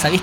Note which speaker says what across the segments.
Speaker 1: sabéis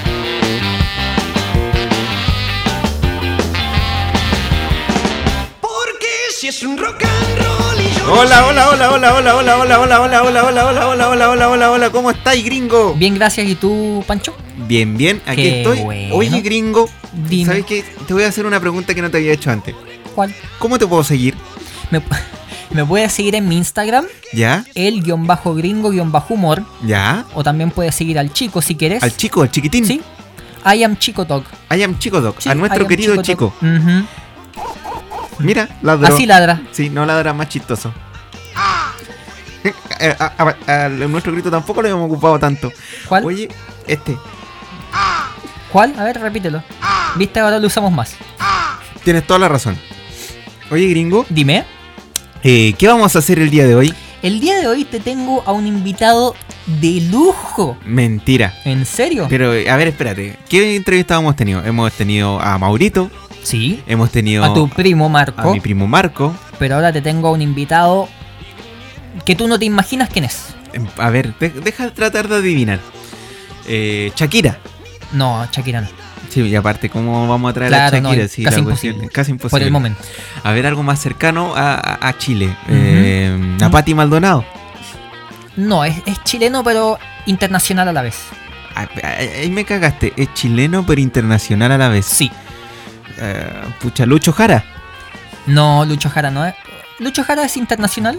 Speaker 2: chico.
Speaker 3: Hola, hola, hola, hola, hola, hola, hola, hola, hola, hola, hola, hola, hola, hola, hola, hola, hola, ¿cómo estáis, gringo?
Speaker 1: Bien, gracias. ¿Y tú, Pancho?
Speaker 3: Bien, bien, aquí
Speaker 1: Qué
Speaker 3: estoy.
Speaker 1: bueno.
Speaker 3: Oye, gringo,
Speaker 1: Dime.
Speaker 3: ¿sabes qué? Te voy a hacer una pregunta que no te había hecho antes.
Speaker 1: ¿Cuál?
Speaker 3: ¿Cómo te puedo seguir?
Speaker 1: ¿Me, me puedes seguir en mi Instagram?
Speaker 3: ¿Ya?
Speaker 1: El guión bajo gringo guión bajo humor.
Speaker 3: ¿Ya?
Speaker 1: O también puedes seguir al chico si quieres.
Speaker 3: ¿Al chico, al chiquitín?
Speaker 1: Sí. I am Chico Talk.
Speaker 3: I am Chico Doc,
Speaker 1: Sí,
Speaker 3: a
Speaker 1: I
Speaker 3: nuestro
Speaker 1: am
Speaker 3: querido
Speaker 1: Talk.
Speaker 3: chico.
Speaker 1: Ujú.
Speaker 3: Mira, ladró.
Speaker 1: Así ladra.
Speaker 3: Sí, no ladra más chistoso. Eh, a- a- a- nuestro grito tampoco lo habíamos ocupado tanto.
Speaker 1: ¿Cuál?
Speaker 3: Oye, este,
Speaker 1: ¿Cuál? A ver, repítelo. Viste, ahora lo usamos más.
Speaker 3: tienes toda la razón. Oye, gringo,
Speaker 1: Dime.
Speaker 3: eh, ¿qué vamos a hacer el día de hoy?
Speaker 1: El día de hoy te tengo a un invitado de lujo.
Speaker 3: Mentira.
Speaker 1: ¿En serio?
Speaker 3: Pero, eh, a ver, espérate. ¿Qué entrevista hemos tenido? Hemos tenido a Maurito,
Speaker 1: Sí.
Speaker 3: hemos tenido
Speaker 1: A tu primo
Speaker 3: a
Speaker 1: Marco.
Speaker 3: mi primo Marco.
Speaker 1: Pero ahora te tengo a un invitado que tú no te imaginas quién es.
Speaker 3: Em, A ver, de- deja tratar de adivinar. Eh, Shakira.
Speaker 1: No, Shakira no.
Speaker 3: Sí, y aparte, ¿cómo vamos a traer a
Speaker 1: Claro, no,
Speaker 3: Shakira? Sí,
Speaker 1: casi
Speaker 3: la cuestión-
Speaker 1: imposible. Por
Speaker 3: Casi imposible.
Speaker 1: el momento.
Speaker 3: A ver, algo más cercano a, a- a Chile. Eh, a Pati Maldonado.
Speaker 1: No, es, es chileno pero internacional a la vez.
Speaker 3: Ah, ah, Ahí me cagaste. Es chileno, pero internacional a la vez.
Speaker 1: Sí.
Speaker 3: Eh, pucha, Lucho Jara.
Speaker 1: No, Lucho Jara no es. ¿Lucho Jara es internacional?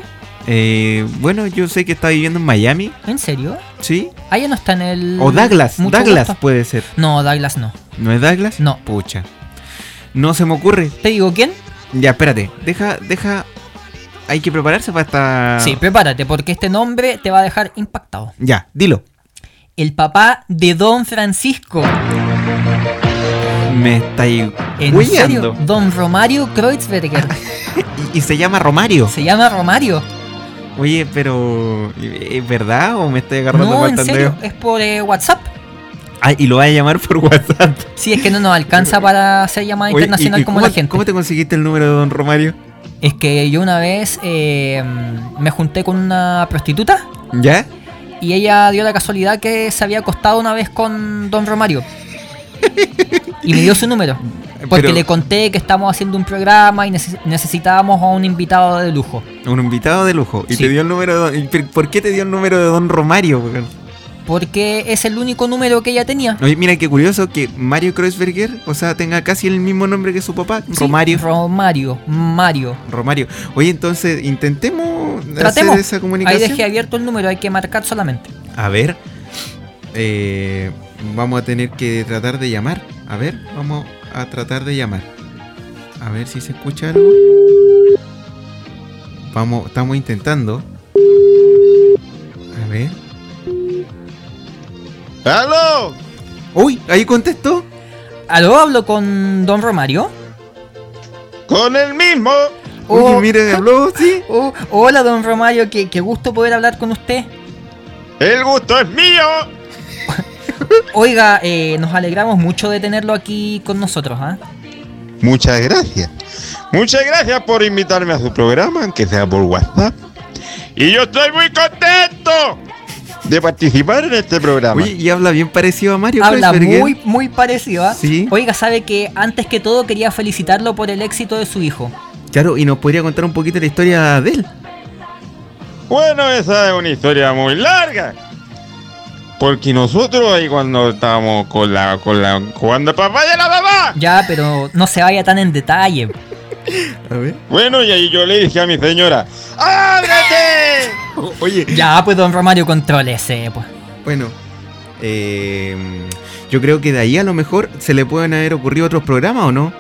Speaker 3: Eh, bueno, yo sé que está viviendo en Miami.
Speaker 1: ¿En serio?
Speaker 3: ¿Sí?
Speaker 1: Ah, ya no está en el.
Speaker 3: O Douglas.
Speaker 1: Mucho
Speaker 3: Douglas
Speaker 1: gusto.
Speaker 3: puede ser.
Speaker 1: No, Douglas no.
Speaker 3: ¿No es Douglas?
Speaker 1: No.
Speaker 3: Pucha. No se me ocurre.
Speaker 1: ¿Te digo quién?
Speaker 3: Ya, espérate. Deja, deja. Hay que prepararse para esta.
Speaker 1: Sí, prepárate, porque este nombre te va a dejar impactado.
Speaker 3: Ya, dilo.
Speaker 1: El papá de Don Francisco.
Speaker 3: Me estáis
Speaker 1: ¿En serio?
Speaker 3: huyendo.
Speaker 1: Don Romario Kreuzberger.
Speaker 3: Y, y se llama Romario.
Speaker 1: Se llama Romario.
Speaker 3: Oye, pero. ¿Es verdad o me estoy agarrando
Speaker 1: No,
Speaker 3: para
Speaker 1: en serio, es por eh, WhatsApp.
Speaker 3: Ah, y lo vas a llamar por WhatsApp.
Speaker 1: Si es que no nos alcanza para ser llamada Ah,
Speaker 3: Oye,
Speaker 1: internacional
Speaker 3: ¿y- y
Speaker 1: como
Speaker 3: cómo-
Speaker 1: la gente.
Speaker 3: ¿Cómo te conseguiste el número de don Romario?
Speaker 1: Es que yo una vez eh, me junté con una prostituta
Speaker 3: ¿Ya?
Speaker 1: y ella dio la casualidad que se había acostado una vez con Don Romario. Y me dio su número. Porque
Speaker 3: Pero-
Speaker 1: le conté que estamos haciendo un programa y neces- necesitábamos a un invitado de lujo.
Speaker 3: Un invitado de lujo. ¿Y
Speaker 1: Sí.
Speaker 3: te dio el número de don- y per- ¿Por qué te dio el número de don Romario? weón?
Speaker 1: Porque es el único número que ella tenía.
Speaker 3: Oye, mira qué curioso que Mario Kreuzberger, o sea, tenga casi el mismo nombre que su papá, Romario.
Speaker 1: Sí, Romario. Mario.
Speaker 3: Romario. Oye, entonces, intentemos
Speaker 1: Tratemos.
Speaker 3: hacer esa
Speaker 1: Ahí
Speaker 3: comunicación.
Speaker 1: dejé abierto el número, hay que marcar solamente.
Speaker 3: A ver. eh, vamos a tener que tratar de llamar. A ver, vamos a tratar de llamar. A ver si se escucha algo. Vamos, estamos intentando. A ver.
Speaker 4: ¡Aló!
Speaker 3: ¡Uy! Ahí contestó.
Speaker 1: ¿Aló hablo con Don Romario?
Speaker 4: ¡Con el mismo!
Speaker 1: Oh.
Speaker 3: Oye, mire, habló, sí.
Speaker 1: Oh, hola, don Romario, qué, qué gusto poder hablar con usted.
Speaker 4: ¡El gusto es mío!
Speaker 1: Oiga, eh, nos alegramos mucho de tenerlo aquí con nosotros, ¿ah?
Speaker 4: Muchas gracias. Muchas gracias por invitarme a su programa, aunque sea por WhatsApp. Y yo estoy muy contento de participar en este programa.
Speaker 3: Oye, y habla bien parecido a Mario
Speaker 1: Habla
Speaker 3: Kreuzberger.
Speaker 1: muy, muy parecido, ¿ah?
Speaker 3: Sí.
Speaker 1: Oiga, sabe que antes que todo quería felicitarlo por el éxito de su hijo.
Speaker 3: Claro, y nos podría contar un poquito la historia de él.
Speaker 4: Bueno, esa es una historia muy larga. porque nosotros ahí cuando estábamos con la, con la, jugando al papá y a la mamá.
Speaker 1: Ya, pero no se vaya tan en detalle.
Speaker 3: A ver.
Speaker 4: Bueno, y ahí yo le dije a mi señora, ¡ábrete!
Speaker 3: O- oye,
Speaker 1: Ya, pues don Romario, contrólese, pues.
Speaker 3: bueno. eh, yo creo que de ahí a lo mejor se le pueden haber ocurrido otros programas o no.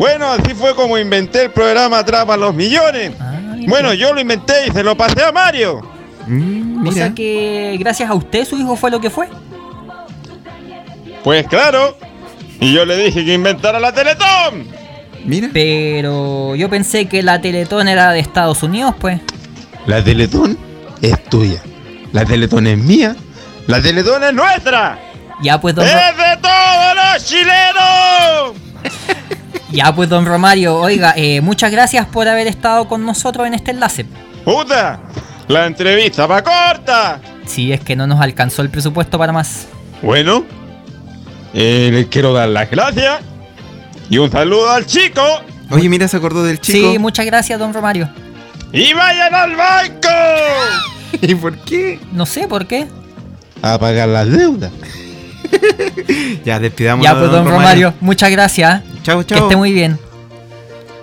Speaker 4: Bueno, así fue como inventé el programa Atrapa los Millones.
Speaker 1: Ah, mira.
Speaker 4: Bueno, yo lo inventé y se lo pasé a Mario.
Speaker 3: Mm,
Speaker 1: O
Speaker 3: mira.
Speaker 1: sea que gracias a usted su hijo fue lo que fue.
Speaker 4: Pues claro. Y yo le dije que inventara la Teletón.
Speaker 3: Mira.
Speaker 1: Pero yo pensé que la Teletón era de Estados Unidos, pues.
Speaker 4: La Teletón es tuya. La Teletón es mía. La Teletón es nuestra.
Speaker 1: Ya pues, don Ro-
Speaker 4: ¡Es de todos los chilenos!
Speaker 1: ya pues, don Romario, oiga, eh, muchas gracias por haber estado con nosotros en este enlace.
Speaker 4: ¡Puta! La entrevista va corta.
Speaker 1: Si es que no nos alcanzó el presupuesto para más.
Speaker 4: Bueno, eh, les quiero dar las gracias. Y un saludo al chico.
Speaker 3: Oye, mira, se acordó del chico.
Speaker 1: Sí, muchas gracias, don Romario.
Speaker 4: ¡Y vayan al banco!
Speaker 3: ¿Y por qué?
Speaker 1: No sé por qué.
Speaker 4: A pagar las deudas.
Speaker 3: Ya, despidamos
Speaker 1: ya pues, don Romario, muchas gracias.
Speaker 3: Chao,
Speaker 1: Que
Speaker 3: chao.
Speaker 1: esté muy bien.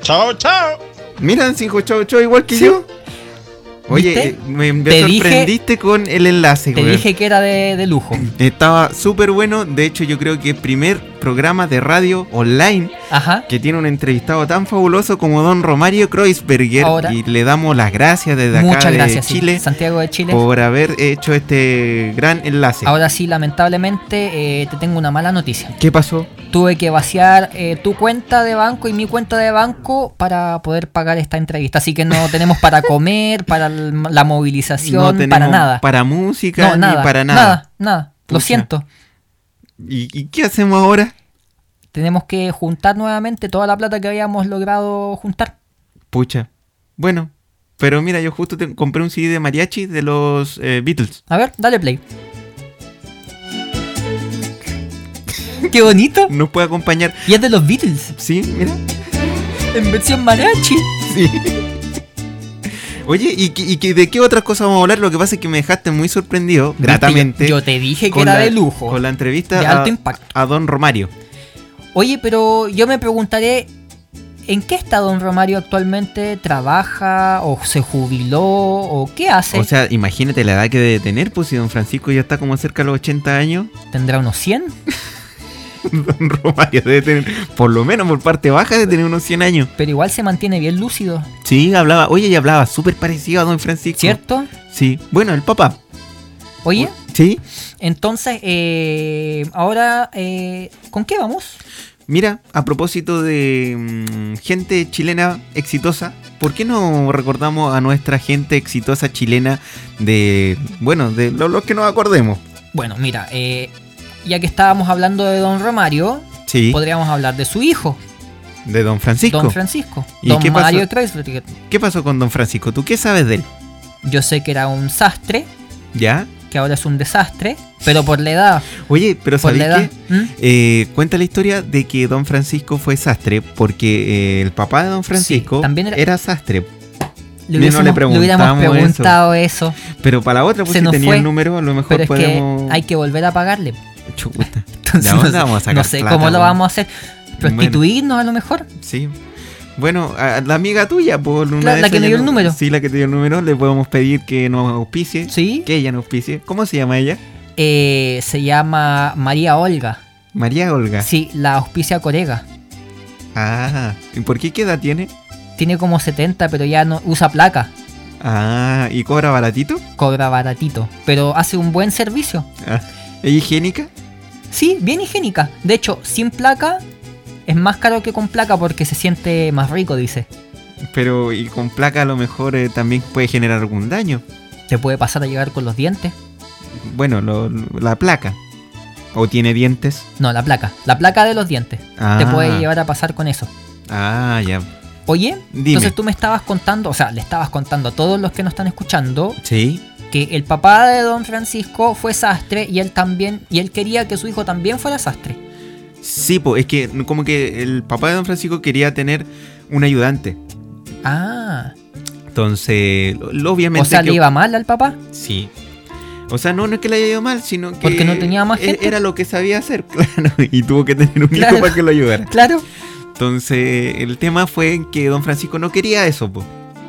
Speaker 4: ¡Chao, chao!
Speaker 3: Mira, cinco chao, chao, igual que yo. Oye,
Speaker 1: ¿Viste?
Speaker 3: eh, me, me
Speaker 1: Te dije-
Speaker 3: sorprendiste con el enlace,
Speaker 1: Te
Speaker 3: weón.
Speaker 1: dije que era de, de lujo.
Speaker 3: Estaba súper bueno. De hecho, yo creo que el primer programa de radio online
Speaker 1: Ajá.
Speaker 3: que tiene un entrevistado tan fabuloso como don Romario Kreuzberger.
Speaker 1: Ahora-
Speaker 3: Y le damos las gracias desde acá
Speaker 1: Muchas
Speaker 3: de
Speaker 1: gracias, sí.
Speaker 3: Chile
Speaker 1: Santiago de Chile.
Speaker 3: por haber hecho este gran enlace.
Speaker 1: Ahora sí, lamentablemente, eh, te tengo una mala noticia.
Speaker 3: ¿Qué pasó?
Speaker 1: Tuve que vaciar eh, tu cuenta de banco y mi cuenta de banco para poder pagar esta entrevista. Así que no tenemos para comer, para el- la
Speaker 3: no
Speaker 1: movilización,
Speaker 3: tenemos
Speaker 1: para nada.
Speaker 3: Para música,
Speaker 1: no, nada,
Speaker 3: ni para nada.
Speaker 1: Nada, nada. Lo
Speaker 3: Pucha.
Speaker 1: siento.
Speaker 3: ¿Y, y qué hacemos ahora?
Speaker 1: Tenemos que juntar nuevamente toda la plata que habíamos logrado juntar.
Speaker 3: Pucha. Bueno, pero mira, yo justo te- compré un CD de mariachi de los eh, Beatles.
Speaker 1: A ver, dale play. Qué bonito.
Speaker 3: ¿Nos puede acompañar?
Speaker 1: Y es de los Beatles.
Speaker 3: Sí, mira.
Speaker 1: En versión mariachi.
Speaker 3: Sí. Oye, ¿y, qué- y qué- de qué otras cosas vamos a hablar? Lo que pasa es que me dejaste muy sorprendido, gratamente.
Speaker 1: Yo te dije que era de lujo.
Speaker 3: Con la entrevista
Speaker 1: De
Speaker 3: a-
Speaker 1: alto impacto.
Speaker 3: a Don Romario.
Speaker 1: Oye, pero yo me preguntaré, ¿en qué está don Romario actualmente? ¿Trabaja o se jubiló o qué hace?
Speaker 3: O sea, imagínate la edad que debe tener, pues si don Francisco ya está como cerca de los 80 años,
Speaker 1: ¿Tendrá unos 100?
Speaker 3: don Romario debe tener, por lo menos por parte baja, debe tener unos 100 años.
Speaker 1: Pero igual se mantiene bien lúcido,
Speaker 3: Sí, hablaba, oye, y hablaba súper parecido a don Francisco.
Speaker 1: ¿cierto?
Speaker 3: Sí, bueno, el papá.
Speaker 1: Oye,
Speaker 3: Sí,
Speaker 1: entonces, eh, ahora, eh, ¿con qué vamos?
Speaker 3: mira, a propósito de mm, gente chilena exitosa, ¿por qué no recordamos a nuestra gente exitosa chilena de, bueno, de lo- los que nos acordemos?
Speaker 1: Bueno, mira, eh, ya que estábamos hablando de don Romario,
Speaker 3: Sí,
Speaker 1: podríamos hablar de su hijo,
Speaker 3: de don Francisco.
Speaker 1: don Francisco,
Speaker 3: ¿Y
Speaker 1: don
Speaker 3: qué pasó?
Speaker 1: Mario Kreuzberger.
Speaker 3: ¿Qué pasó con don Francisco? ¿Tú qué sabes de él?
Speaker 1: Yo sé que era un sastre,
Speaker 3: ¿Ya?
Speaker 1: que ahora es un desastre, pero por la edad,
Speaker 3: Oye, pero
Speaker 1: por
Speaker 3: ¿sabes
Speaker 1: la edad.
Speaker 3: qué?
Speaker 1: ¿Mm?
Speaker 3: Eh, cuenta la historia de que don Francisco fue sastre porque eh, el papá de don Francisco
Speaker 1: Sí, también era-
Speaker 3: era... sastre.
Speaker 1: Le,
Speaker 3: Ni no
Speaker 1: hubiésemos-
Speaker 3: le
Speaker 1: le hubiéramos
Speaker 3: preguntamos
Speaker 1: preguntado eso,
Speaker 3: Pero para la otra, pues
Speaker 1: Se
Speaker 3: si
Speaker 1: nos
Speaker 3: tenía
Speaker 1: fue,
Speaker 3: el número, a lo mejor
Speaker 1: pero es
Speaker 3: podemos...
Speaker 1: que hay que volver a pagarle.
Speaker 3: Chuta.
Speaker 1: Entonces,
Speaker 3: ¿De dónde
Speaker 1: no sé-
Speaker 3: vamos a sacar
Speaker 1: no sé
Speaker 3: plata,
Speaker 1: cómo lo
Speaker 3: weón?
Speaker 1: vamos a hacer. ¿Prostituirnos a lo mejor?
Speaker 3: Sí. Bueno, a la amiga tuya, por una
Speaker 1: La-
Speaker 3: de
Speaker 1: la
Speaker 3: esas
Speaker 1: que me
Speaker 3: ya
Speaker 1: dio el
Speaker 3: no-
Speaker 1: número.
Speaker 3: Sí, la que te dio el número, le podemos pedir que nos auspicie.
Speaker 1: Sí.
Speaker 3: Que ella nos auspicie. ¿Cómo se llama ella?
Speaker 1: Eh, se llama María Olga.
Speaker 3: María Olga.
Speaker 1: Sí, la auspicia Corega.
Speaker 3: Ah, ¿y por qué qué edad tiene?
Speaker 1: Tiene como 70, pero ya no usa placa.
Speaker 3: Ah, ¿y cobra baratito?
Speaker 1: Cobra baratito. Pero hace un buen servicio.
Speaker 3: Ah, ¿Es higiénica?
Speaker 1: Sí, bien higiénica. De hecho, sin placa es más caro que con placa porque se siente más rico, dice.
Speaker 3: Pero y con placa a lo mejor eh, también puede generar algún daño.
Speaker 1: Te puede pasar a llegar con los dientes.
Speaker 3: Bueno, lo- lo- la placa. ¿O tiene dientes?
Speaker 1: No, la placa. La placa de los dientes.
Speaker 3: Ah,
Speaker 1: Te puede llevar a pasar con eso.
Speaker 3: Ah, ya.
Speaker 1: Oye,
Speaker 3: Dime.
Speaker 1: entonces tú me estabas contando, o sea, le estabas contando a todos los que nos están escuchando
Speaker 3: Sí.
Speaker 1: que el papá de don Francisco fue sastre y él también, y él quería que su hijo también fuera sastre.
Speaker 3: Sí, pues es que como que el papá de don Francisco quería tener un ayudante.
Speaker 1: Ah,
Speaker 3: Entonces, lo- lo-
Speaker 1: o
Speaker 3: obviamente...
Speaker 1: sea,
Speaker 3: que-
Speaker 1: le iba mal al papá.
Speaker 3: Sí. O sea, no, no es que le haya ido mal, sino que.
Speaker 1: Porque no tenía más
Speaker 3: e-
Speaker 1: gente.
Speaker 3: Era lo que sabía hacer, claro. Y tuvo que tener un
Speaker 1: Claro.
Speaker 3: hijo para que lo ayudara.
Speaker 1: Claro.
Speaker 3: Entonces, el tema fue que don Francisco no quería eso, po.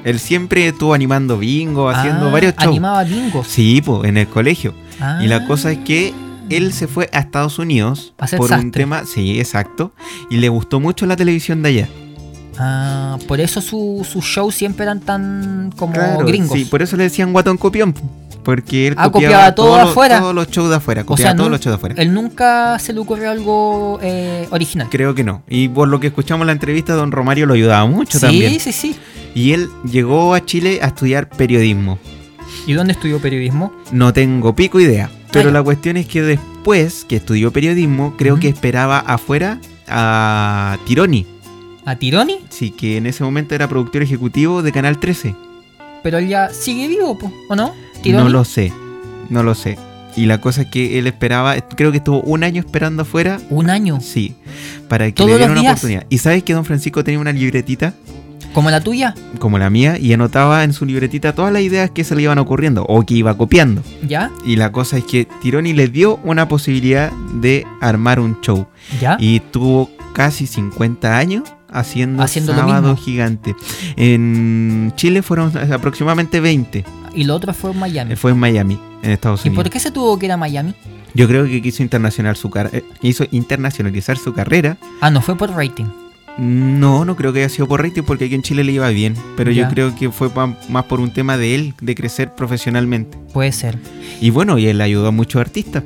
Speaker 3: Él siempre estuvo animando bingo, haciendo
Speaker 1: Ah,
Speaker 3: varios shows.
Speaker 1: Animaba bingos.
Speaker 3: Sí, po, en el colegio.
Speaker 1: Ah.
Speaker 3: Y la cosa es que él se fue a Estados Unidos
Speaker 1: Pa' ser
Speaker 3: por un
Speaker 1: Ah. sastre.
Speaker 3: tema, sí, exacto, y le gustó mucho la televisión de allá. eh,
Speaker 1: Ah, por eso su- sus shows siempre eran tan como gringos.
Speaker 3: sí, por eso le decían guatón copión, porque él
Speaker 1: Ah, copiaba todo
Speaker 3: todos los-
Speaker 1: afuera.
Speaker 3: todos los shows de afuera,
Speaker 1: o
Speaker 3: copiaba
Speaker 1: sea,
Speaker 3: todos
Speaker 1: nun-
Speaker 3: los shows de afuera.
Speaker 1: él nunca se le ocurrió algo eh, original.
Speaker 3: Creo que no. Y por lo que escuchamos en la entrevista, don Romario lo ayudaba mucho
Speaker 1: sí,
Speaker 3: también.
Speaker 1: sí, sí.
Speaker 3: Y él llegó a Chile a estudiar periodismo.
Speaker 1: ¿Y dónde estudió periodismo?
Speaker 3: No tengo pico idea. Pero
Speaker 1: ya.
Speaker 3: la cuestión es que después que estudió periodismo, creo
Speaker 1: Ujú.
Speaker 3: que esperaba afuera a Tironi.
Speaker 1: ¿A Tironi?
Speaker 3: Sí, que en ese momento era productor ejecutivo de Canal 13.
Speaker 1: Pero él ya sigue vivo, po, ¿o no? ¿Tironi?
Speaker 3: No lo sé, no lo sé. Y la cosa es que él esperaba, creo que estuvo un año esperando afuera,
Speaker 1: Un año.
Speaker 3: sí, para que
Speaker 1: Todos
Speaker 3: le
Speaker 1: los
Speaker 3: dieran una
Speaker 1: días.
Speaker 3: oportunidad. ¿Y sabes que don Francisco tenía una libretita
Speaker 1: ¿Como la tuya?
Speaker 3: como la mía y anotaba en su libretita todas las ideas que se le iban ocurriendo o que iba copiando?
Speaker 1: ¿Ya?
Speaker 3: Y la cosa es que Tironi le dio una posibilidad de armar un show.
Speaker 1: ¿Ya?
Speaker 3: y tuvo casi 50 años haciendo,
Speaker 1: Haciendo lo
Speaker 3: sábado
Speaker 1: mismo.
Speaker 3: gigante. En Chile fueron aproximadamente 20.
Speaker 1: Y lo otro fue en Miami.
Speaker 3: Eh, Fue en Miami, en Estados
Speaker 1: Mm. ¿Y por
Speaker 3: Unidos.
Speaker 1: qué se tuvo que ir a Miami?
Speaker 3: Yo creo que quiso, internacional su car- eh, quiso internacionalizar su carrera.
Speaker 1: Ah, no, fue por rating.
Speaker 3: No, no creo que haya sido por rating porque aquí en Chile le iba bien. Pero
Speaker 1: Ya.
Speaker 3: yo creo que fue pa- más por un tema de él, de crecer profesionalmente.
Speaker 1: Puede ser.
Speaker 3: Y bueno, y él ayudó a muchos artistas.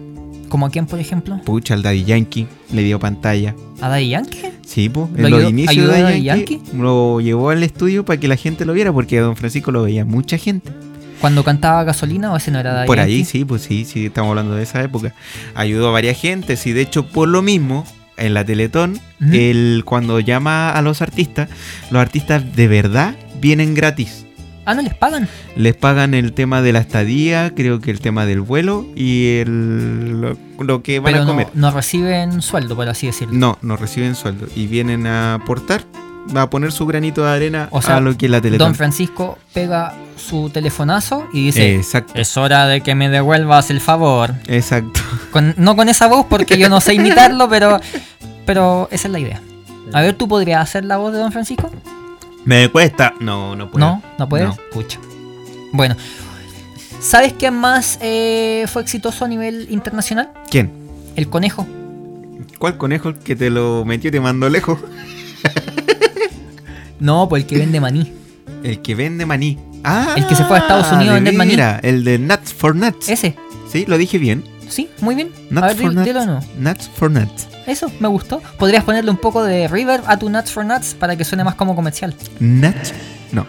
Speaker 1: ¿Como a quién, por ejemplo?
Speaker 3: Pucha, al Daddy Yankee le dio pantalla.
Speaker 1: ¿A Daddy Yankee?
Speaker 3: Sí, pues,
Speaker 1: ¿Lo
Speaker 3: en los
Speaker 1: ayudó-
Speaker 3: inicios
Speaker 1: ayudó
Speaker 3: de
Speaker 1: a
Speaker 3: Daddy
Speaker 1: Yankee?
Speaker 3: Yankee, lo llevó al estudio para que la gente lo viera, porque a Don Francisco lo veía mucha gente.
Speaker 1: ¿Cuando cantaba gasolina o ese no era Daddy
Speaker 3: por ahí,
Speaker 1: Yankee?
Speaker 3: sí, pues sí, sí, estamos hablando de esa época. Ayudó a varias gentes y de hecho, por lo mismo, en la Teletón,
Speaker 1: Ujú.
Speaker 3: él, cuando llama a los artistas, los artistas de verdad vienen gratis.
Speaker 1: Ah, no les pagan.
Speaker 3: Les pagan el tema de la estadía, creo que el tema del vuelo y el, lo, lo que van
Speaker 1: Pero
Speaker 3: a
Speaker 1: no,
Speaker 3: comer.
Speaker 1: no reciben sueldo, por así decirlo.
Speaker 3: No, no reciben sueldo y vienen a aportar, a poner su granito de arena
Speaker 1: O sea,
Speaker 3: a lo que es la Teletón.
Speaker 1: Don Francisco pega su telefonazo y dice:
Speaker 3: Exacto.
Speaker 1: Es hora de que me devuelvas el favor.
Speaker 3: Exacto.
Speaker 1: Con- no con esa voz porque yo no sé imitarlo, pero, pero esa es la idea. A ver, ¿tú podrías hacer la voz de Don Francisco?
Speaker 3: Me cuesta. No, no puedo.
Speaker 1: No, no puedes.
Speaker 3: No.
Speaker 1: Pucha. Bueno, ¿sabes quién más eh, fue exitoso a nivel internacional?
Speaker 3: ¿Quién?
Speaker 1: El conejo.
Speaker 3: ¿Cuál conejo que te lo metió y te mandó lejos?
Speaker 1: No, por el que vende maní.
Speaker 3: El que vende maní. Ah,
Speaker 1: El que se fue a Estados Unidos a
Speaker 3: de
Speaker 1: vender maní.
Speaker 3: veras, el de Nuts for Nuts.
Speaker 1: Ese,
Speaker 3: Sí, lo dije bien.
Speaker 1: sí, muy bien.
Speaker 3: Nuts
Speaker 1: a ver,
Speaker 3: for
Speaker 1: di-
Speaker 3: Nuts.
Speaker 1: dilo no.
Speaker 3: Nuts for Nuts.
Speaker 1: Eso, me gustó. Podrías ponerle un poco de River a tu Nuts for Nuts para que suene más como comercial.
Speaker 3: Nuts. No.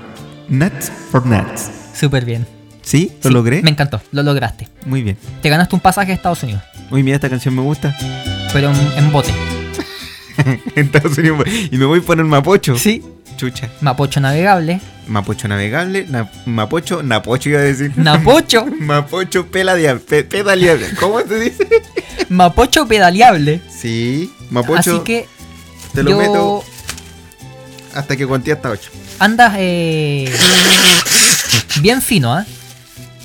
Speaker 3: Nuts for Nuts.
Speaker 1: Súper bien.
Speaker 3: ¿Sí? ¿Lo
Speaker 1: Sí,
Speaker 3: logré?
Speaker 1: Me encantó, lo lograste.
Speaker 3: Muy bien.
Speaker 1: Te ganaste un pasaje a Estados Unidos,
Speaker 3: Uy, mira, esta canción me gusta.
Speaker 1: pero en, en bote.
Speaker 3: Estados Unidos. Y me voy por el Mapocho.
Speaker 1: Sí.
Speaker 3: Chucha.
Speaker 1: Mapocho navegable.
Speaker 3: Mapocho navegable. na- Mapocho. Napocho iba a decir.
Speaker 1: Napocho.
Speaker 3: Mapocho peladial. Pe pedaleable. ¿Cómo se dice?
Speaker 1: Mapocho pedaleable.
Speaker 3: Sí, Mapocho,
Speaker 1: Así que
Speaker 3: te lo
Speaker 1: yo-
Speaker 3: meto hasta que cuanté hasta 8.
Speaker 1: Andas eh, bien fino, ¿ah?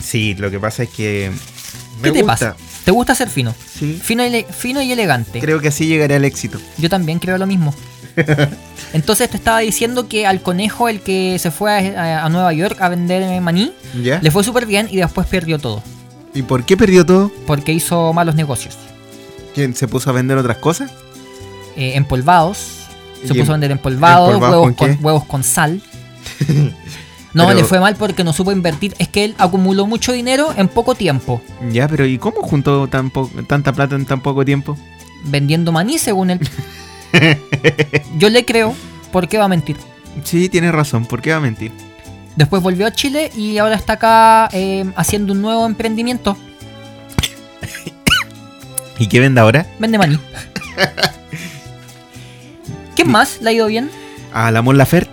Speaker 3: Sí, lo que pasa es que
Speaker 1: ¿Qué
Speaker 3: me
Speaker 1: te
Speaker 3: gusta.
Speaker 1: pasa? ¿Te gusta ser fino?
Speaker 3: Sí.
Speaker 1: Fino y, le- fino y elegante.
Speaker 3: Creo que así llegaré al éxito.
Speaker 1: Yo también creo lo mismo. Entonces te estaba diciendo que al conejo, el que se fue a, a- a Nueva York a vender eh, maní,
Speaker 3: ¿Ya?
Speaker 1: le fue súper bien y después perdió todo.
Speaker 3: ¿Y por qué perdió todo?
Speaker 1: Porque hizo malos negocios.
Speaker 3: ¿Quién se puso a vender otras cosas?
Speaker 1: Eh, empolvados. Se
Speaker 3: ¿Y
Speaker 1: puso a
Speaker 3: em-
Speaker 1: vender empolvados,
Speaker 3: empolvados
Speaker 1: huevos,
Speaker 3: con
Speaker 1: con
Speaker 3: qué?
Speaker 1: huevos con sal. No,
Speaker 3: Pero-
Speaker 1: le fue mal porque no supo invertir. Es que él acumuló mucho dinero en poco tiempo.
Speaker 3: Ya, pero ¿y cómo juntó tan po- tanta plata en tan poco tiempo?
Speaker 1: vendiendo maní, según él. Yo le creo, ¿por qué va a mentir?
Speaker 3: Sí, tienes razón, ¿por qué va a mentir?
Speaker 1: Después volvió a Chile y ahora está acá eh, haciendo un nuevo emprendimiento.
Speaker 3: ¿Y qué vende ahora?
Speaker 1: Vende maní.
Speaker 3: Mm.
Speaker 1: ¿Quién más le ha ido bien?
Speaker 3: A Ah, la Mon Laferte.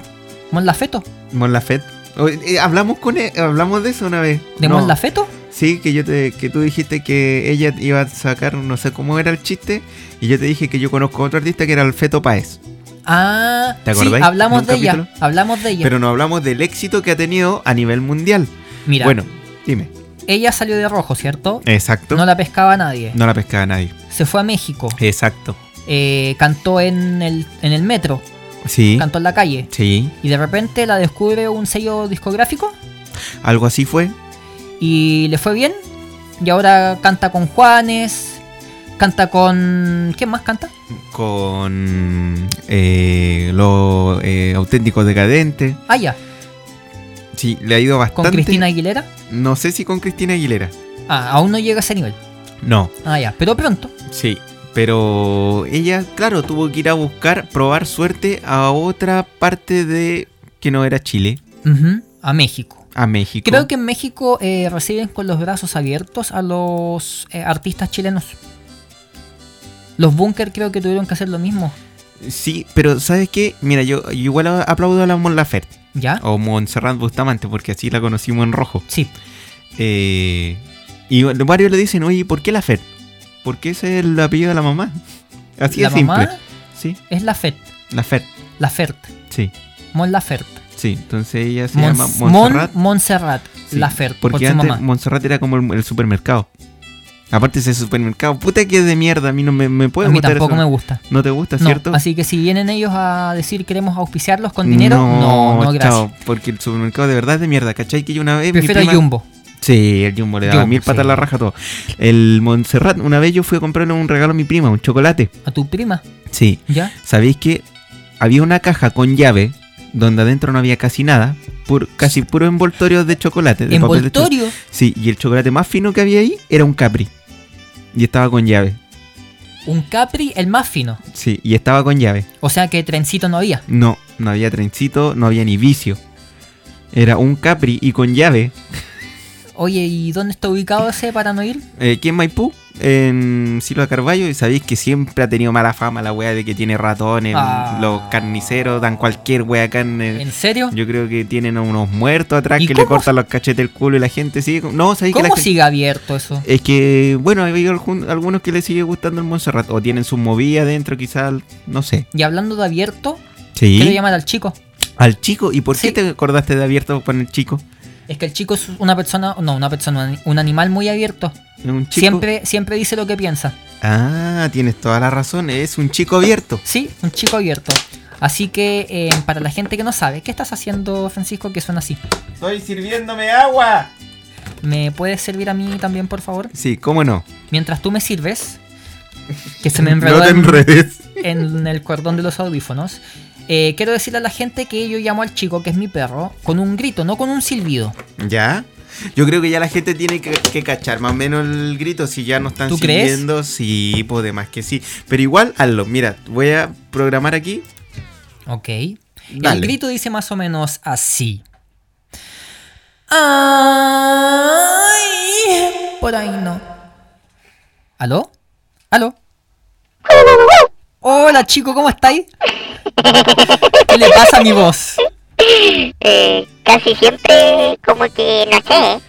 Speaker 1: ¿Mon Lafeto?
Speaker 3: Mon Laferte. Oh, eh, hablamos con él- hablamos de eso una vez.
Speaker 1: ¿De
Speaker 3: No.
Speaker 1: Mon Lafeto?
Speaker 3: Sí, que yo te, que tú dijiste que ella iba a sacar, no sé cómo era el chiste, y yo te dije que yo conozco a otro artista que era el Feto Paez.
Speaker 1: Ah,
Speaker 3: ¿Te
Speaker 1: sí,
Speaker 3: acordáis?
Speaker 1: hablamos
Speaker 3: ¿En un
Speaker 1: de ella.
Speaker 3: capítulo?
Speaker 1: Hablamos de ella.
Speaker 3: Pero no hablamos del éxito que ha tenido a nivel mundial.
Speaker 1: Mira,
Speaker 3: Bueno, dime.
Speaker 1: Ella salió de rojo, ¿cierto?
Speaker 3: Exacto.
Speaker 1: No la pescaba nadie.
Speaker 3: No la pescaba nadie.
Speaker 1: Se fue a México.
Speaker 3: Exacto.
Speaker 1: Eh, cantó en el, en el metro.
Speaker 3: Sí.
Speaker 1: Cantó en la calle.
Speaker 3: Sí.
Speaker 1: Y de repente la descubre un sello discográfico.
Speaker 3: Algo así fue.
Speaker 1: Y le fue bien. Y ahora canta con Juanes. Canta con. ¿Quién más canta?
Speaker 3: Con eh, los eh, auténticos decadentes.
Speaker 1: Ah, ya.
Speaker 3: Sí, le ha ido
Speaker 1: Con
Speaker 3: bastante.
Speaker 1: Cristina Aguilera.
Speaker 3: No sé si con Cristina Aguilera.
Speaker 1: Ah, aún no llega a ese nivel.
Speaker 3: No,
Speaker 1: Ah, ya. Pero pronto.
Speaker 3: sí. Pero ella, claro, tuvo que ir a buscar, probar suerte a otra parte de que no era Chile,
Speaker 1: Ujú, A México.
Speaker 3: a México.
Speaker 1: Creo que en México eh, reciben con los brazos abiertos a los eh, artistas chilenos. Los Bunker creo que tuvieron que hacer lo mismo,
Speaker 3: Sí, pero ¿sabes qué? Mira, yo, yo igual aplaudo a la Mon Laferte
Speaker 1: ¿ya?
Speaker 3: o Montserrat Bustamante, porque así la conocimos en rojo.
Speaker 1: Sí,
Speaker 3: Eh, y varios le dicen, oye, ¿por qué Laferte? Porque ese es el apellido de la mamá. Así
Speaker 1: la
Speaker 3: es simple.
Speaker 1: mamá
Speaker 3: Sí,
Speaker 1: es la Fert,
Speaker 3: Laferte,
Speaker 1: la Fert,
Speaker 3: sí.
Speaker 1: Mon Lafert,
Speaker 3: Sí, entonces ella se
Speaker 1: Mon,
Speaker 3: llama
Speaker 1: Mon
Speaker 3: Montserrat.
Speaker 1: Montserrat
Speaker 3: Sí,
Speaker 1: Lafert, por
Speaker 3: Porque
Speaker 1: su
Speaker 3: antes
Speaker 1: mamá.
Speaker 3: Montserrat era como el, el supermercado. Aparte ese supermercado, puta que es de mierda, a mí no me, me puede
Speaker 1: A mí
Speaker 3: gustar
Speaker 1: tampoco
Speaker 3: eso.
Speaker 1: me gusta.
Speaker 3: No te gusta,
Speaker 1: No,
Speaker 3: ¿cierto?
Speaker 1: así que si vienen ellos a decir queremos auspiciarlos con dinero, no, no, gracias.
Speaker 3: chao, porque el supermercado de verdad es de mierda, ¿cachai? Que yo una vez... mi
Speaker 1: Prefiero
Speaker 3: prima-
Speaker 1: Jumbo.
Speaker 3: Sí, el Jumbo le daba
Speaker 1: Jumbo,
Speaker 3: mil patas
Speaker 1: sí.
Speaker 3: a la raja a todo. El Montserrat, una vez yo fui a comprarle un regalo a mi prima, un chocolate.
Speaker 1: A tu prima,
Speaker 3: Sí,
Speaker 1: ¿ya?
Speaker 3: ¿sabéis que había una caja con llave donde adentro no había casi nada? pur- casi puro envoltorio de chocolate. De papel de chocolate.
Speaker 1: Envoltorio.
Speaker 3: Sí, y el chocolate más fino que había ahí era un Capri. Y estaba con llave.
Speaker 1: Un Capri, el más fino.
Speaker 3: Sí, y estaba con llave.
Speaker 1: O sea que trencito no había.
Speaker 3: No, no había trencito, no había ni vicio. Era un Capri y con llave.
Speaker 1: Oye, ¿y dónde está ubicado ese para no ir?
Speaker 3: Eh, ¿Quién Maipú? En Silva Carballo. Y sabéis que siempre ha tenido mala fama la wea de que tiene ratones,
Speaker 1: Ah.
Speaker 3: los carniceros, dan cualquier wea carne.
Speaker 1: ¿En serio?
Speaker 3: Eh, Yo creo que tienen a unos muertos atrás
Speaker 1: ¿Y
Speaker 3: que le
Speaker 1: cómo
Speaker 3: cortan los cachetes el culo y la gente sigue. con- No, sabéis que la
Speaker 1: ¿Cómo
Speaker 3: gente-
Speaker 1: sigue abierto eso?
Speaker 3: Es que, bueno, hay algún- algunos que les sigue gustando el Montserrat. O tienen sus movidas dentro, quizás, no sé.
Speaker 1: Y hablando de abierto, quiero
Speaker 3: Sí.
Speaker 1: llamar al chico.
Speaker 3: Al chico. ¿Y por
Speaker 1: Sí.
Speaker 3: qué te acordaste de abierto con el chico?
Speaker 1: Es que el chico es una persona, no, una persona, un animal muy abierto.
Speaker 3: Un chico.
Speaker 1: Siempre, siempre dice lo que piensa.
Speaker 3: Ah, tienes toda la razón. Es un chico abierto.
Speaker 1: Sí, un chico abierto. Así que eh, para la gente que no sabe, ¿qué estás haciendo, Francisco? Que suena así.
Speaker 3: Estoy sirviéndome agua.
Speaker 1: ¿Me puedes servir a mí también, por favor?
Speaker 3: Sí, cómo no.
Speaker 1: Mientras tú me sirves, que se me enredó
Speaker 3: no te
Speaker 1: en-
Speaker 3: enredes.
Speaker 1: en el cordón de los audífonos. Eh, quiero decirle a la gente que yo llamo al chico, que es mi perro, con un grito, no con un silbido.
Speaker 3: ¿Ya? Yo creo que ya la gente tiene que, que cachar más o menos el grito. Si ya no están
Speaker 1: ¿Tú crees?
Speaker 3: siguiendo, sí, pues más que sí. Pero igual, hazlo. Mira, voy a programar aquí.
Speaker 1: Ok. El
Speaker 3: Dale.
Speaker 1: grito dice más o menos así. Ay, por ahí no. ¿Aló? ¿Aló? Hola chico, ¿cómo estáis? ¿Qué le pasa a mi voz?
Speaker 2: Eh, casi siempre, como que, no sé.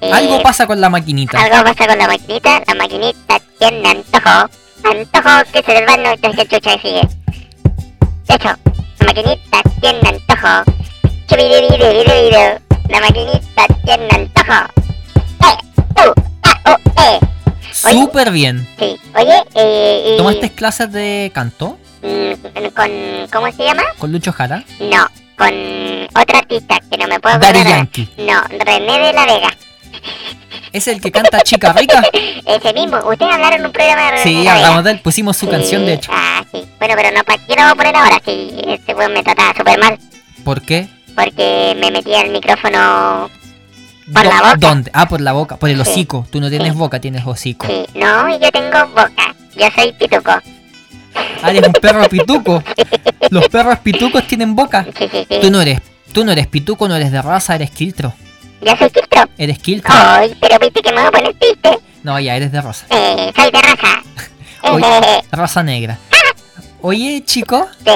Speaker 2: eh,
Speaker 1: Algo pasa con la maquinita.
Speaker 2: algo pasa con la maquinita. La maquinita tiene antojo. Antojo que se del baño y que chucha y sigue. De hecho, la maquinita tiene antojo. Chubidibidibidibidu. La maquinita tiene antojo. Eh, u, a, u, eh.
Speaker 1: Súper bien.
Speaker 2: Sí. Oye, eh. y-
Speaker 1: ¿Tomaste clases de canto
Speaker 2: mm, con. ¿Cómo se llama?
Speaker 1: con Lucho Jara?
Speaker 2: No, con otro artista que no me puedo
Speaker 1: Daddy
Speaker 2: acordar. ahora.
Speaker 1: Yankee.
Speaker 2: No, René de la Vega.
Speaker 1: ¿Es el que canta Chica Rica?
Speaker 2: Ese mismo. Ustedes hablaron en un programa de René de
Speaker 1: Sí,
Speaker 2: la Vega.
Speaker 1: hablamos de él, pusimos su
Speaker 2: Sí,
Speaker 1: canción de hecho.
Speaker 2: Ah, sí. Bueno, pero no, ¿para qué lo voy a poner ahora? Sí, ese weón me trataba súper mal
Speaker 1: ¿Por qué?
Speaker 2: porque me metía el micrófono. Por la
Speaker 1: ¿Dó-
Speaker 2: boca.
Speaker 1: ¿Dónde? Ah, por la boca, por el
Speaker 2: Sí.
Speaker 1: hocico. Tú no tienes boca, tienes hocico.
Speaker 2: Sí, no, y yo tengo boca. Yo soy pituco.
Speaker 1: Ah, eres un perro pituco. Los perros pitucos tienen boca.
Speaker 2: Sí, sí, sí.
Speaker 1: Tú no eres, tú no eres pituco, no eres de raza, eres quiltro.
Speaker 2: Yo soy quiltro.
Speaker 1: Eres quiltro.
Speaker 2: Ay, pero viste que me voy a poner triste.
Speaker 1: No, ya eres de raza.
Speaker 2: Eh, soy de raza.
Speaker 1: Oye, raza negra. Oye, chico.
Speaker 2: Sí.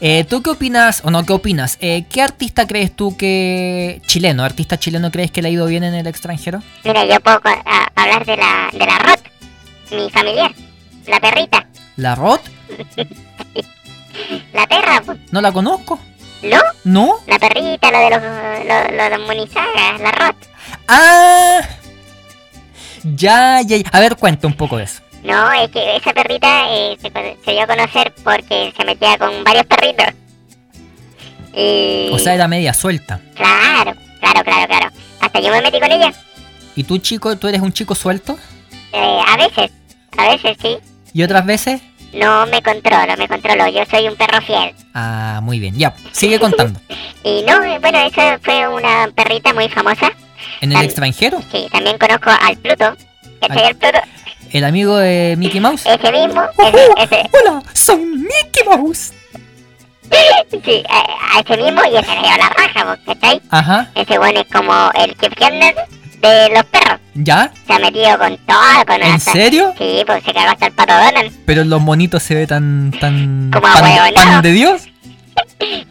Speaker 1: eh, ¿Tú qué opinas, o no, qué opinas? Eh, ¿Qué artista crees tú que... chileno, artista chileno crees que le ha ido bien en el extranjero?
Speaker 2: Mira, yo puedo co- a- hablar de la, de la Rot, mi familiar. La perrita.
Speaker 1: ¿La Rod?
Speaker 2: La perra, po.
Speaker 1: No la conozco.
Speaker 2: ¿no?
Speaker 1: ¿No?
Speaker 2: La perrita, lo de los, lo, lo de los Munizaga, la Rot.
Speaker 1: ¡Ah! Ya, ya, ya. A ver, cuenta un poco de eso.
Speaker 2: No, es que esa perrita eh, se, cono- se dio a conocer porque se metía con varios perritos. Y...
Speaker 1: O sea, era media suelta.
Speaker 2: Claro, claro, claro, claro. Hasta yo me metí con ella.
Speaker 1: ¿Y tú, chico, tú eres un chico suelto?
Speaker 2: Eh, a veces, a veces sí.
Speaker 1: ¿Y otras veces?
Speaker 2: No me controlo, me controlo. Yo soy un perro fiel.
Speaker 1: Ah, muy bien. Ya, sigue contando.
Speaker 2: Y no, eh, bueno, eso fue una perrita muy famosa.
Speaker 1: ¿En el extranjero?
Speaker 2: Sí, también conozco al Pluto. ¿Cachai
Speaker 1: Al-
Speaker 2: al Pluto?
Speaker 1: ¿El amigo de Mickey Mouse?
Speaker 2: Ese mismo, ese, ese,
Speaker 1: ¡Hola! ¡Soy Mickey Mouse!
Speaker 2: sí, eh, a, a ese mismo y ese me dio la raja, vos, ¿cachai?
Speaker 1: Ajá,
Speaker 2: Ese bueno es como el Chip Kellner de los perros.
Speaker 1: ¿ya?
Speaker 2: Se ha metido con todo, con
Speaker 1: ¿En
Speaker 2: hasta-
Speaker 1: serio?
Speaker 2: Sí, pues se cagó hasta el pato Donald.
Speaker 1: Pero los monitos se ve tan, tan...
Speaker 2: Como
Speaker 1: pan,
Speaker 2: ahueonado.
Speaker 1: pan de Dios.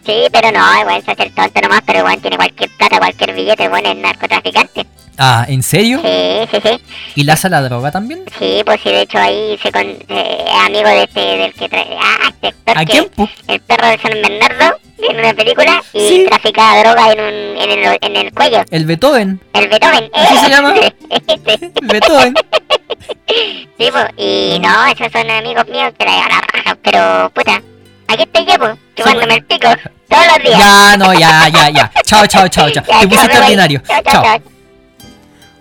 Speaker 2: Sí, pero no, el weón se hace el tonto nomás, pero el weón tiene cualquier plata, cualquier billete, el weón es narcotraficante.
Speaker 1: Ah, ¿en serio?
Speaker 2: Sí, sí, sí.
Speaker 1: ¿Y Laza la droga también?
Speaker 2: Sí, pues sí, de hecho ahí se con, eh, es amigo de este, del que trae... Ah, este actor
Speaker 1: ¿A
Speaker 2: que-
Speaker 1: quién? pu-
Speaker 2: El perro de San Bernardo, en una película, y
Speaker 1: Sí.
Speaker 2: traficaba droga en, un, en, el, en el cuello.
Speaker 1: El Beethoven.
Speaker 2: El Beethoven. Este.
Speaker 1: ¿Así se llama?
Speaker 2: sí,
Speaker 1: Beethoven.
Speaker 2: pues, y no, esos son amigos míos que la llevan a la raja, pero puta, aquí estoy yo, pues, chupándome el pico, todos los días.
Speaker 1: Ya, no, ya, ya, ya. Chao, chao, chao, chao.
Speaker 2: Ya,
Speaker 1: Te pusiste
Speaker 2: me voy.
Speaker 1: ordinario. Chao.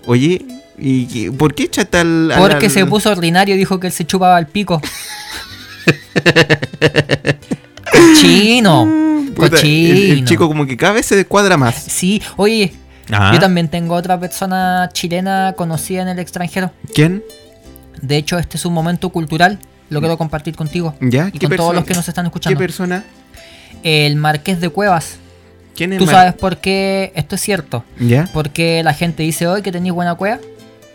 Speaker 3: Oye, ¿y qué- por qué echaste al, al-
Speaker 1: Porque
Speaker 3: al-
Speaker 1: se puso ordinario, dijo que él se chupaba el pico. Cochino.
Speaker 3: Puta, el, el
Speaker 1: Cochino.
Speaker 3: chico como que cada vez se descuadra más.
Speaker 1: Sí, oye,
Speaker 3: Ah,
Speaker 1: yo también tengo otra persona chilena conocida en el extranjero.
Speaker 3: ¿Quién?
Speaker 1: De hecho, este es un momento cultural. Lo quiero compartir contigo.
Speaker 3: ¿Ya?
Speaker 1: Y con todos los que nos están
Speaker 3: ¿Qué
Speaker 1: escuchando.
Speaker 3: persona?
Speaker 1: El Marqués de Cuevas.
Speaker 3: ¿Quién es
Speaker 1: Tú
Speaker 3: Mar-
Speaker 1: sabes por qué esto es cierto.
Speaker 3: ¿Ya?
Speaker 1: Porque la gente dice hoy que tenéis buena cueva.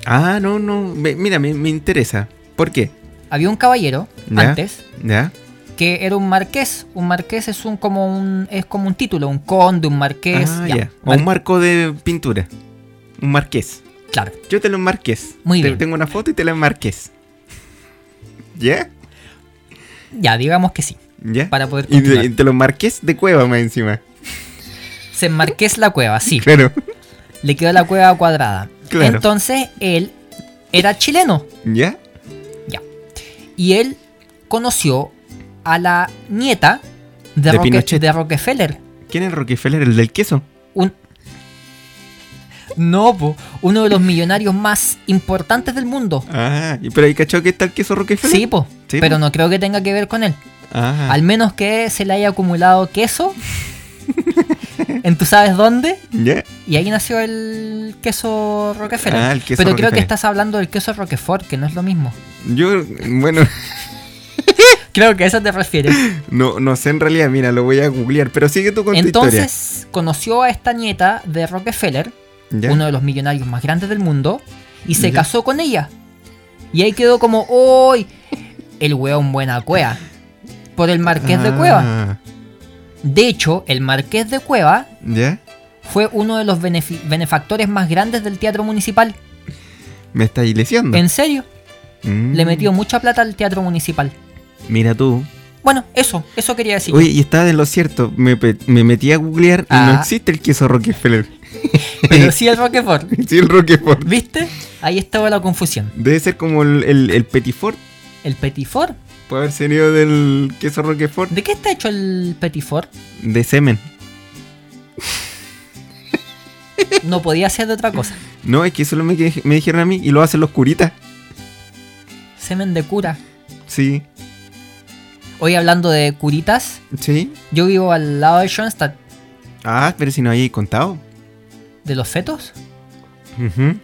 Speaker 3: Ah, no, no. ve- Mira, me, me interesa. ¿Por qué?
Speaker 1: Había un caballero
Speaker 3: Ya.
Speaker 1: antes
Speaker 3: ¿Ya?
Speaker 1: que era un marqués. Un marqués es un como un es como un título, un conde, un marqués.
Speaker 3: ah,
Speaker 1: ya.
Speaker 3: ya. O
Speaker 1: Mar-
Speaker 3: un marco de pintura. Un marqués.
Speaker 1: claro.
Speaker 3: Yo te lo marqués.
Speaker 1: Muy
Speaker 3: Te-
Speaker 1: bien.
Speaker 3: Tengo una foto y te la marqués. ¿Ya?
Speaker 1: Ya, digamos que sí.
Speaker 3: ¿Ya?
Speaker 1: Para poder
Speaker 3: Y
Speaker 1: continuar.
Speaker 3: de- te lo marqués de cueva más encima.
Speaker 1: Se marqués la cueva, sí.
Speaker 3: Claro.
Speaker 1: Le quedó la cueva cuadrada.
Speaker 3: Claro.
Speaker 1: Entonces él era chileno
Speaker 3: ¿Ya?
Speaker 1: y él conoció a la nieta de,
Speaker 3: De
Speaker 1: Roque-
Speaker 3: Pinochet.
Speaker 1: de Rockefeller.
Speaker 3: ¿Quién es Rockefeller? ¿El del queso?
Speaker 1: Un... No, po, uno de los millonarios más importantes del mundo.
Speaker 3: Ah, ¿y pero ahí cachado que está el queso Rockefeller?
Speaker 1: Sí, po,
Speaker 3: Sí,
Speaker 1: pero
Speaker 3: po.
Speaker 1: no creo que tenga que ver con él.
Speaker 3: Ah,
Speaker 1: Al menos que se le haya acumulado queso. en tú sabes dónde.
Speaker 3: ¿ya?
Speaker 1: Y ahí nació el queso Rockefeller.
Speaker 3: Ah, el queso
Speaker 1: pero creo que
Speaker 3: Rockefeller.
Speaker 1: estás hablando del queso Roquefort, que no es lo mismo.
Speaker 3: Yo, bueno,
Speaker 1: Creo que a eso te refieres.
Speaker 3: no, no sé en realidad, mira, lo voy a googlear, pero sigue tú con
Speaker 1: Entonces conoció a esta nieta de Rockefeller,
Speaker 3: tu historia. ¿Ya?
Speaker 1: uno de los millonarios más grandes del mundo, y se
Speaker 3: Ya.
Speaker 1: casó con ella. Y ahí quedó como, ¡Uy! El weón buena cueva. Por el marqués de Cueva.
Speaker 3: Ah,
Speaker 1: De hecho, el marqués de Cueva
Speaker 3: ¿Ya?
Speaker 1: fue uno de los benefi- benefactores más grandes del teatro municipal.
Speaker 3: Me estáis leseando.
Speaker 1: En serio,
Speaker 3: Mm,
Speaker 1: le metió mucha plata al teatro municipal.
Speaker 3: Mira tú.
Speaker 1: Bueno, eso, eso quería decir.
Speaker 3: Oye, y está en lo cierto, me, pe- me metí a googlear y
Speaker 1: Ah.
Speaker 3: no existe el queso Rockefeller.
Speaker 1: Pero sí el Roquefort.
Speaker 3: Sí, el Roquefort.
Speaker 1: ¿Viste? Ahí estaba la confusión.
Speaker 3: Debe ser como el, el, el Petit Fort.
Speaker 1: ¿El Petit Fort?
Speaker 3: Puede haber salido del queso Roquefort.
Speaker 1: ¿De qué está hecho el Petit Fort?
Speaker 3: De semen.
Speaker 1: No podía ser de otra cosa.
Speaker 3: No, es que eso me, que- me dijeron a mí y lo hacen los curitas.
Speaker 1: Semen de cura.
Speaker 3: Sí,
Speaker 1: Hoy hablando de curitas,
Speaker 3: sí.
Speaker 1: yo vivo al lado de Schoenstatt.
Speaker 3: Ah, pero si no hay contado.
Speaker 1: ¿De los fetos?
Speaker 3: Ujú.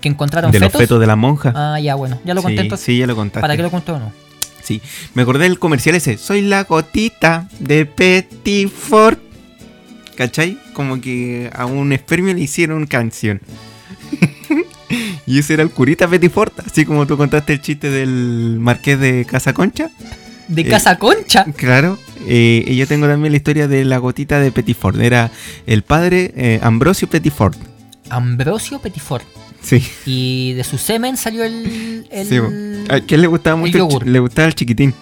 Speaker 1: ¿Que encontraron
Speaker 3: De los
Speaker 1: fetos?
Speaker 3: fetos de la monja.
Speaker 1: Ah, ya, bueno. Ya lo conté
Speaker 3: sí,
Speaker 1: entonces.
Speaker 3: sí, ya lo contaste.
Speaker 1: ¿Para qué lo conté o no?
Speaker 3: Sí. Me acordé del comercial ese. Soy la gotita de Petit Fort. ¿Cachai? Como que a un espermio le hicieron canción. y ese era el curita Petit Fort. Así como tú contaste el chiste del marqués de Casa Concha.
Speaker 1: ¿De
Speaker 3: Eh,
Speaker 1: Casa Concha?
Speaker 3: Claro. eh, y yo tengo también la historia de la gotita de Petit Fort. Era el padre eh, Ambrosio Petit Fort.
Speaker 1: Ambrosio Petit Fort.
Speaker 3: Sí.
Speaker 1: Y de su semen salió el. el-
Speaker 3: Sí, bo. ¿A quién le gustaba
Speaker 1: el
Speaker 3: mucho? el chi-
Speaker 1: yogur.
Speaker 3: le gustaba el chiquitín.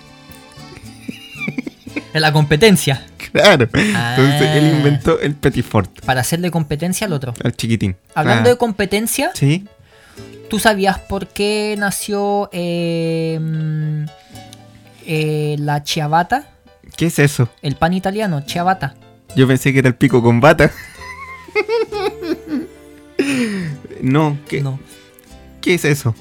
Speaker 1: la competencia.
Speaker 3: Claro.
Speaker 1: Ah.
Speaker 3: Entonces él inventó el Petit Fort.
Speaker 1: Para hacerle competencia al otro.
Speaker 3: Al chiquitín.
Speaker 1: Hablando
Speaker 3: Ah,
Speaker 1: de competencia,
Speaker 3: Sí.
Speaker 1: ¿Tú sabías por qué nació eh, mm, eh, la ciabatta?
Speaker 3: ¿Qué es eso?
Speaker 1: El pan italiano, ciabatta.
Speaker 3: Yo pensé que era el pico con bata. no, ¿qué,
Speaker 1: No.
Speaker 3: ¿qué es eso?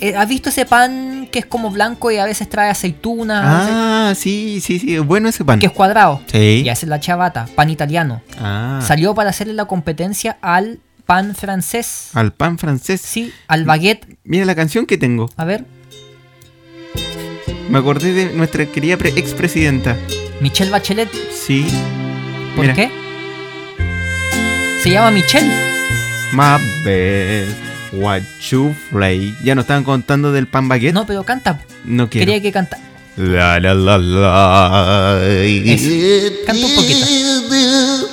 Speaker 1: Eh, ¿Has visto ese pan que es como blanco y a veces trae aceitunas? a veces-
Speaker 3: Ah, sí, sí, sí. Bueno ese pan.
Speaker 1: Que es cuadrado.
Speaker 3: Sí.
Speaker 1: Y esa es la ciabatta, pan italiano.
Speaker 3: Ah,
Speaker 1: Salió para hacerle la competencia al pan francés.
Speaker 3: al pan francés.
Speaker 1: Sí, al baguette.
Speaker 3: Mira la canción que tengo.
Speaker 1: A ver,
Speaker 3: Me acordé de nuestra querida pre- expresidenta.
Speaker 1: Michelle Bachelet.
Speaker 3: Sí.
Speaker 1: ¿Por
Speaker 3: Mira.
Speaker 1: qué? Se llama Michelle.
Speaker 3: My bad, what you play. Ya nos estaban contando del pan baguette.
Speaker 1: No, pero canta.
Speaker 3: No quiero.
Speaker 1: Quería que canta.
Speaker 3: La la la la.
Speaker 1: Eso. Canta un poquito.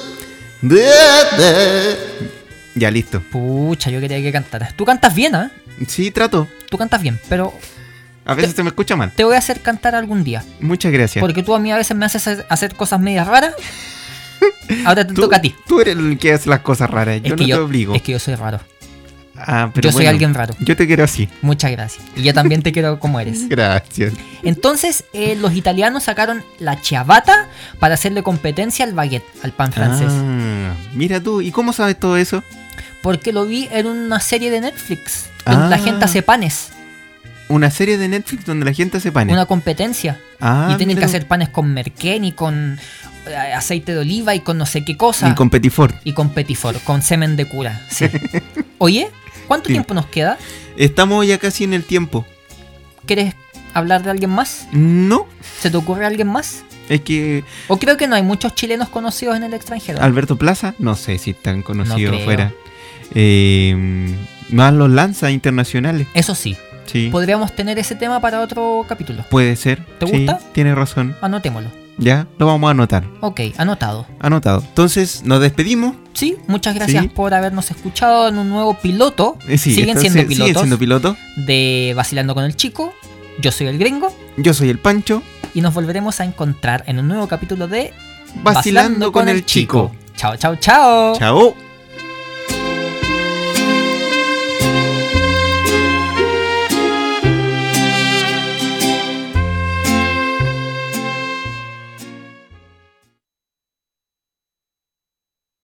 Speaker 3: Ya listo.
Speaker 1: Pucha, yo quería que cantaras. Tú cantas bien, ¿ah?
Speaker 3: Sí, trato.
Speaker 1: Tú cantas bien, pero
Speaker 3: A veces se me escucha mal.
Speaker 1: te voy a hacer cantar algún día.
Speaker 3: Muchas gracias.
Speaker 1: Porque tú a mí a veces me haces hacer- hacer cosas medias raras. Ahora te
Speaker 3: Tú-
Speaker 1: toca a ti.
Speaker 3: Tú eres el que hace las cosas raras.
Speaker 1: Es
Speaker 3: Yo no
Speaker 1: que
Speaker 3: te obligo.
Speaker 1: Es que yo soy raro.
Speaker 3: Ah, pero
Speaker 1: Yo soy
Speaker 3: bueno,
Speaker 1: alguien raro.
Speaker 3: Yo te quiero así.
Speaker 1: Muchas gracias. Y yo también te quiero como eres.
Speaker 3: Gracias.
Speaker 1: Entonces, eh, los italianos sacaron la ciabatta para hacerle competencia al baguette, al pan francés.
Speaker 3: Ah, mira tú, ¿y cómo sabes todo eso?
Speaker 1: Porque lo vi en una serie de Netflix. Donde
Speaker 3: Ah.
Speaker 1: la gente hace panes.
Speaker 3: Una serie de Netflix donde la gente se pane.
Speaker 1: Una competencia.
Speaker 3: Ah,
Speaker 1: y tienen
Speaker 3: mira
Speaker 1: que
Speaker 3: tú.
Speaker 1: hacer panes con merquén y con eh, aceite de oliva y con no sé qué cosa.
Speaker 3: Y con Petit Fort.
Speaker 1: y con petifort, con semen de cura. Sí. Oye, ¿cuánto
Speaker 3: Sí.
Speaker 1: tiempo nos queda?
Speaker 3: Estamos ya casi en el tiempo.
Speaker 1: ¿Quieres hablar de alguien más?
Speaker 3: No,
Speaker 1: ¿Se te ocurre alguien más?
Speaker 3: es que
Speaker 1: O creo que no hay muchos chilenos conocidos en el extranjero.
Speaker 3: Alberto Plaza, no sé si tan conocido
Speaker 1: creo.
Speaker 3: fuera. Eh, más los lanza internacionales.
Speaker 1: Eso sí,
Speaker 3: Sí,
Speaker 1: podríamos tener ese tema para otro capítulo.
Speaker 3: puede ser.
Speaker 1: ¿Te
Speaker 3: sí,
Speaker 1: gusta?
Speaker 3: Tiene razón.
Speaker 1: Anotémoslo.
Speaker 3: Ya, lo vamos a anotar.
Speaker 1: Ok, anotado.
Speaker 3: Anotado. Entonces, nos despedimos.
Speaker 1: Sí, muchas gracias
Speaker 3: Sí.
Speaker 1: por habernos escuchado en un nuevo piloto.
Speaker 3: Eh, sí,
Speaker 1: siguen,
Speaker 3: entonces,
Speaker 1: siendo pilotos
Speaker 3: siguen siendo pilotos.
Speaker 1: de Vacilando con el Chico. Yo soy el gringo
Speaker 3: Yo soy el Pancho,
Speaker 1: y nos volveremos a encontrar en un nuevo capítulo de
Speaker 3: vacilando, con, el chico.
Speaker 1: Chao, chao, chao.
Speaker 3: Chao.